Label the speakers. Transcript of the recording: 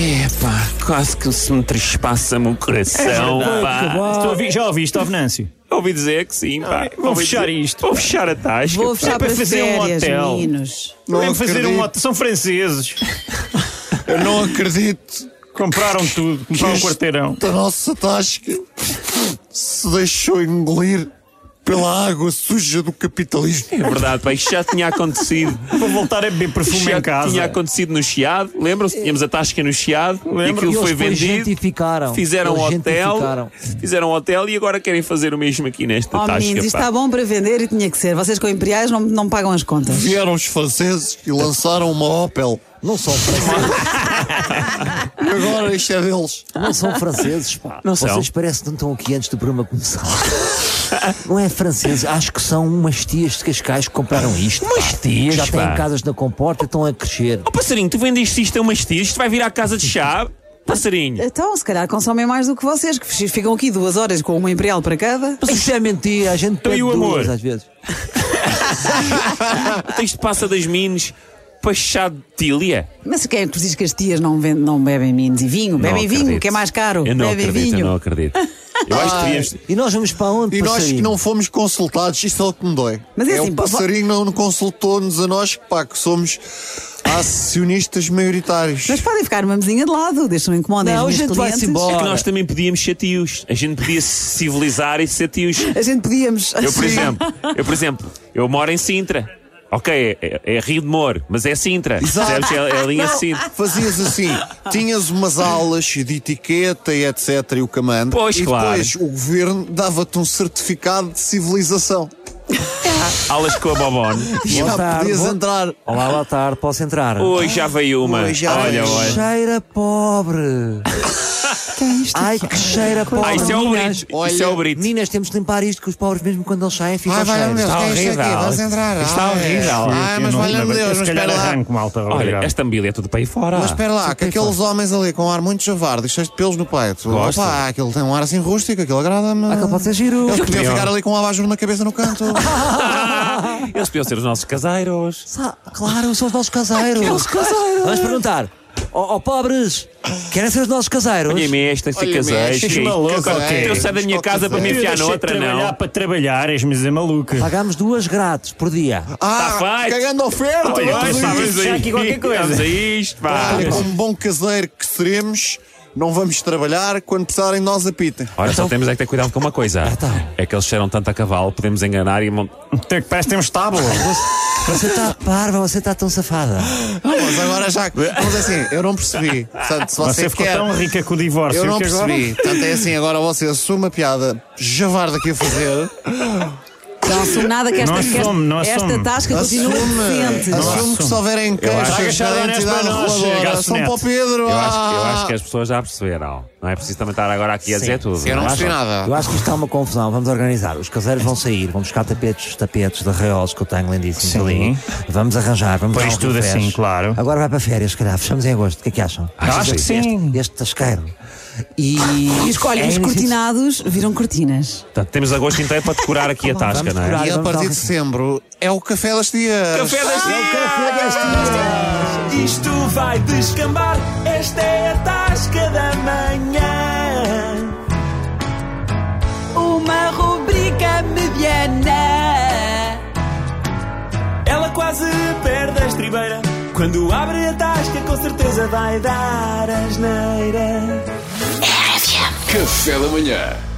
Speaker 1: Epá, quase que se me trespassa-me o coração, pá.
Speaker 2: Tu ouvi- já ouviste, ó Venâncio?
Speaker 1: Ouvi dizer que sim, pá.
Speaker 2: vou
Speaker 1: Ouvi
Speaker 2: fechar
Speaker 1: dizer-
Speaker 2: isto.
Speaker 1: Vou fechar a tasca.
Speaker 3: Vou fechar
Speaker 1: É
Speaker 3: para,
Speaker 1: fazer
Speaker 3: férias,
Speaker 1: um hotel.
Speaker 3: meninos.
Speaker 2: Vem fazer um
Speaker 4: Tipo,
Speaker 2: hotel. São franceses.
Speaker 4: Eu não acredito
Speaker 2: Compraram tudo. Compraram um
Speaker 4: este-
Speaker 2: quarteirão.
Speaker 4: da Tá nossa tasca se deixou engolir pela água suja do capitalismo.
Speaker 1: É verdade, pá. Isto já tinha acontecido.
Speaker 2: Vou voltar a beber
Speaker 1: Isto
Speaker 2: perfume
Speaker 1: já
Speaker 2: em casa.
Speaker 1: tinha acontecido no Chiado. Lembram-se? Tínhamos a tasca no Chiado. E aquilo foi vendido.
Speaker 5: Gentificaram.
Speaker 1: Fizeram um
Speaker 5: Eles
Speaker 1: hotel.
Speaker 5: gentificaram.
Speaker 1: Fizeram um hotel e agora querem fazer o mesmo aqui nesta
Speaker 3: Oh,
Speaker 1: tasca,
Speaker 3: meninos, isto
Speaker 1: pá.
Speaker 3: está bom para vender e tinha que ser. Vocês com imperiais não, não pagam as contas.
Speaker 4: Vieram os franceses e lançaram uma Opel. Não são franceses. e agora isto é deles.
Speaker 3: Ah,
Speaker 5: Não são franceses, pá.
Speaker 1: Não são.
Speaker 5: Vocês parecem que não estão aqui antes do programa começar. Não é franceses, acho que são umas tias de Cascais que compraram isto.
Speaker 1: Umas
Speaker 5: pá.
Speaker 1: tias,
Speaker 5: Já têm
Speaker 1: pá.
Speaker 5: casas na comporta e estão a crescer.
Speaker 1: Ó Oh, passarinho, tu vendeste isto a umas tias? Isto vai vir à casa de chá? Passarinho.
Speaker 3: Então, se calhar consomem mais do que vocês, que ficam aqui duas horas com uma imperial para cada.
Speaker 5: Isso é mentira, a gente
Speaker 1: e
Speaker 5: pede
Speaker 1: o amor?
Speaker 5: duas às vezes.
Speaker 1: Até isto passa das minas para chá de tília.
Speaker 3: Mas quem é que vos diz que as tias não, vendem, não bebem meninos e vinho? Bebem
Speaker 1: Não
Speaker 3: vinho,
Speaker 1: acredito.
Speaker 3: que é mais caro.
Speaker 1: Eu não
Speaker 3: bebem
Speaker 1: acredito,
Speaker 3: vinho.
Speaker 1: eu não acredito. Eu acho que devíamos.
Speaker 5: E nós vamos para onde?
Speaker 4: E nós que
Speaker 5: passarinho?
Speaker 4: não fomos consultados, isso é o que me dói.
Speaker 3: Mas é assim,
Speaker 4: o
Speaker 3: pá,
Speaker 4: passarinho não consultou-nos a nós, pá, que somos acionistas maioritários.
Speaker 3: Mas podem ficar uma mesinha de lado, deixam incomodem
Speaker 5: Não,
Speaker 3: os meus
Speaker 5: a gente vai-se
Speaker 3: clientes.
Speaker 5: embora.
Speaker 1: É que nós também podíamos ser tios. A gente podia se civilizar e ser tios.
Speaker 3: A gente podíamos.
Speaker 1: Eu, por exemplo, eu, por exemplo, eu moro em Sintra. Ok, é, é Rio de Moro, mas é Sintra.
Speaker 4: Exato.
Speaker 1: Percebes? É, é a linha de Sintra.
Speaker 4: Fazias assim, tinhas umas aulas de etiqueta e etc e o comando.
Speaker 1: Pois,
Speaker 4: e
Speaker 1: claro.
Speaker 4: depois o governo dava-te um certificado de civilização.
Speaker 1: Aulas com a Bobone.
Speaker 4: Já
Speaker 5: Boa tarde,
Speaker 4: podias
Speaker 5: boa-
Speaker 4: entrar.
Speaker 1: Oh,
Speaker 5: Olá, boa tarde, posso entrar?
Speaker 1: Oi, já veio uma.
Speaker 4: Oi, já
Speaker 1: olha,
Speaker 4: veio.
Speaker 1: olha.
Speaker 5: Cheira pobre. Ai, que cheira pobre.
Speaker 1: Ah, isso é o
Speaker 5: Meninas,
Speaker 1: Brito. Isso é o Brito.
Speaker 5: Meninas, temos de limpar isto, que os pobres, mesmo quando eles saem, ficam
Speaker 4: Ai, vai-me
Speaker 5: cheiros.
Speaker 4: Deus,
Speaker 1: Está
Speaker 4: que é isto
Speaker 1: horrível.
Speaker 4: aqui? Vais entrar.
Speaker 1: Está
Speaker 4: Ai,
Speaker 1: horrível.
Speaker 4: Ai, Ah, mas
Speaker 2: Eu Tipo, não-
Speaker 4: valha-me
Speaker 2: Se
Speaker 4: Deus, mas
Speaker 2: calhar
Speaker 4: espera lá.
Speaker 2: arranco, malta.
Speaker 1: Olha,
Speaker 2: Obrigado.
Speaker 1: esta mobília é tudo para aí fora.
Speaker 4: Mas espera lá, que aqueles homens ali com um ar muito javardo e cheio de pelos no peito.
Speaker 1: Gosto.
Speaker 4: Opa, aquilo tem um ar assim rústico, aquilo agrada-me.
Speaker 5: Ah, que pode ser giro.
Speaker 4: Eles podiam ficar ali com um abajur na cabeça no canto.
Speaker 1: Tá Eles podiam ser os nossos caseiros.
Speaker 5: Sa- Claro, são os nossos caseiros. Os caseiros. Vamos perguntar. Ó ó, pobres, querem ser os nossos caseiros?
Speaker 1: Olha-me é esta, esta
Speaker 4: Olha-me
Speaker 1: caseiro.
Speaker 4: esta,
Speaker 1: Que
Speaker 2: maluco,
Speaker 1: isto?
Speaker 2: ok.
Speaker 1: Eu saio da minha casa para me
Speaker 2: Eu
Speaker 1: enfiar
Speaker 2: deixei de
Speaker 1: noutra,
Speaker 2: trabalhar
Speaker 1: não.
Speaker 2: para trabalhar, és-me dizer maluca.
Speaker 5: Pagámos duas grátis por dia.
Speaker 1: Está feito.
Speaker 4: Ah, cagando oferta!
Speaker 1: Olha,
Speaker 4: tudo
Speaker 1: pois,
Speaker 4: isso.
Speaker 1: pá, vamos
Speaker 2: Já
Speaker 1: aí.
Speaker 2: aqui qualquer coisa.
Speaker 1: Vamos a isto, pá.
Speaker 4: Olha, como bom caseiro que seremos, não vamos trabalhar quando precisarem de nós apitem.
Speaker 1: Ora, só temos é que ter cuidado com uma coisa.
Speaker 5: Então.
Speaker 1: É que eles cheiram tanto a cavalo, podemos enganar e. mont-
Speaker 2: Até que um parece que temos tábua.
Speaker 5: Você está parva, você está tão safada.
Speaker 4: Mas agora já. Vamos assim, eu não percebi. Portanto, se você,
Speaker 2: Você ficou
Speaker 4: quer.
Speaker 2: tão rica com o divórcio
Speaker 4: Eu não
Speaker 2: que agora...
Speaker 4: percebi. Portanto, é assim, agora você assume a piada javarda que ia fazer.
Speaker 3: Não assumo nada que esta,
Speaker 2: Não
Speaker 3: que esta-
Speaker 2: assume, não
Speaker 3: esta
Speaker 2: assume.
Speaker 3: tasca
Speaker 4: Assume.
Speaker 3: continua decente.
Speaker 4: Assume que se houverem
Speaker 2: Traga
Speaker 4: queixas
Speaker 2: chá
Speaker 4: da
Speaker 2: de
Speaker 4: entidade
Speaker 2: Anéis para nós, chega,
Speaker 4: reguladora, são
Speaker 2: Assunete.
Speaker 4: para o Pedro.
Speaker 1: Eu acho, eu acho que é-
Speaker 4: ah.
Speaker 1: as pessoas já perceberam. Não é preciso também estar agora aqui a dizer tudo.
Speaker 4: Eu não
Speaker 1: é?
Speaker 4: percebi
Speaker 5: Eu
Speaker 4: nada.
Speaker 5: acho que isto está uma confusão. Vamos organizar. Os caseiros vão sair, vão buscar tapetes, tapetes de arraiolos que eu tenho lindíssimos
Speaker 2: Sim.
Speaker 5: ali. Vamos arranjar, vamos
Speaker 2: Pois
Speaker 5: dar um
Speaker 2: tudo
Speaker 5: refresh.
Speaker 2: assim, claro.
Speaker 5: Agora vai para férias, se calhar. Fechamos em agosto. O que é que acham?
Speaker 1: Acho
Speaker 2: Acho que
Speaker 1: que
Speaker 2: sim.
Speaker 5: Este tasqueiro. E,
Speaker 3: E escolhem
Speaker 5: É
Speaker 3: os
Speaker 5: inefici-
Speaker 3: cortinados, viram cortinas.
Speaker 1: Portanto, temos agosto inteiro para decorar aqui a
Speaker 5: Vamos
Speaker 1: tasca, não é?
Speaker 5: decorar.
Speaker 4: E a
Speaker 5: Vamos
Speaker 4: partir
Speaker 5: dar-
Speaker 4: de setembro é o café das tias.
Speaker 1: Café das
Speaker 6: Isto vai descambar. Esta é a tasca da manhã.
Speaker 3: Uma rubrica mediana.
Speaker 6: Ela quase perde a estribeira. Quando abre a tasca, com certeza vai dar asneira.
Speaker 7: Café da manhã.